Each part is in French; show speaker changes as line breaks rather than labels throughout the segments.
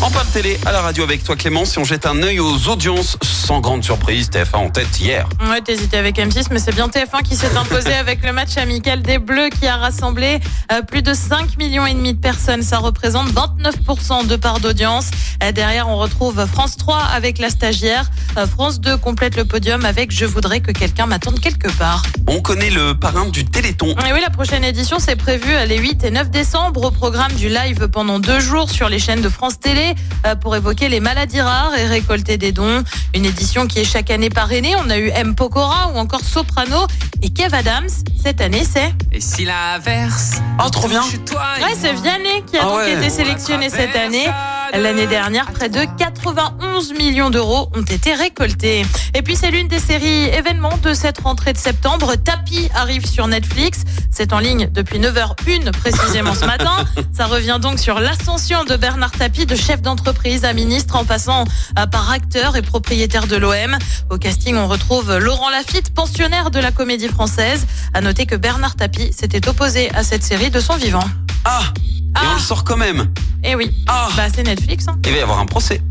En pub télé, à la radio avec toi Clément, si on jette un œil aux audiences, sans grande surprise, TF1 en tête hier.
Ouais, t'hésitais avec M6, mais c'est bien TF1 qui s'est imposé avec le match amical des Bleus qui a rassemblé euh, plus de 5 millions et demi de personnes. Ça représente 29% de part d'audience. Euh, derrière, on retrouve France 3 avec La Stagiaire. Euh, France 2 complète le podium avec Je voudrais que quelqu'un m'attende quelque part.
On connaît le parrain du Téléthon.
Et Eh oui, la prochaine édition, c'est prévu euh, les 8 et 9 décembre au programme du live pendant deux jours sur les chaînes de France Télé euh, pour évoquer les maladies rares et récolter des dons. Une édition qui est chaque année parrainée. On a eu M. Pokora ou encore Soprano et Kev Adams. Cette année, c'est...
Et si la verse
Ah, trop bien
Ouais, c'est Vianney qui a
Ah
donc
ouais.
été sélectionné cette année. L'année dernière, près de 91 millions d'euros ont été récoltés. Et puis c'est l'une des séries événements de cette rentrée de septembre. Tapi arrive sur Netflix. C'est en ligne depuis 9h01 précisément ce matin. Ça revient donc sur l'ascension de Bernard Tapi de chef d'entreprise à ministre en passant euh, par acteur et propriétaire de l'OM. Au casting, on retrouve Laurent Lafitte, pensionnaire de la comédie française. À noter que Bernard Tapi s'était opposé à cette série de son vivant.
Ah Et on
Ah.
le sort quand même
Eh oui,
Ah
bah c'est Netflix. hein.
Il va y avoir un procès.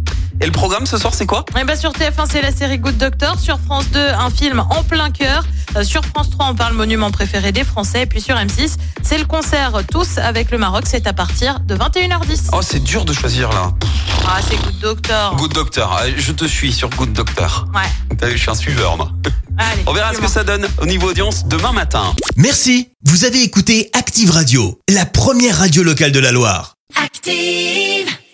Et le programme ce soir, c'est quoi
Eh ben, sur TF1, c'est la série Good Doctor. Sur France 2, un film en plein cœur. Euh, sur France 3, on parle monument préféré des Français. Et puis sur M6, c'est le concert Tous avec le Maroc. C'est à partir de 21h10.
Oh, c'est dur de choisir là.
Ah, c'est Good Doctor.
Good Doctor, Ah, je te suis sur Good Doctor.
Ouais.
T'as vu, je suis un suiveur, moi.
Allez,
On verra ce que ça donne au niveau audience demain matin.
Merci, vous avez écouté Active Radio, la première radio locale de la Loire.
Active.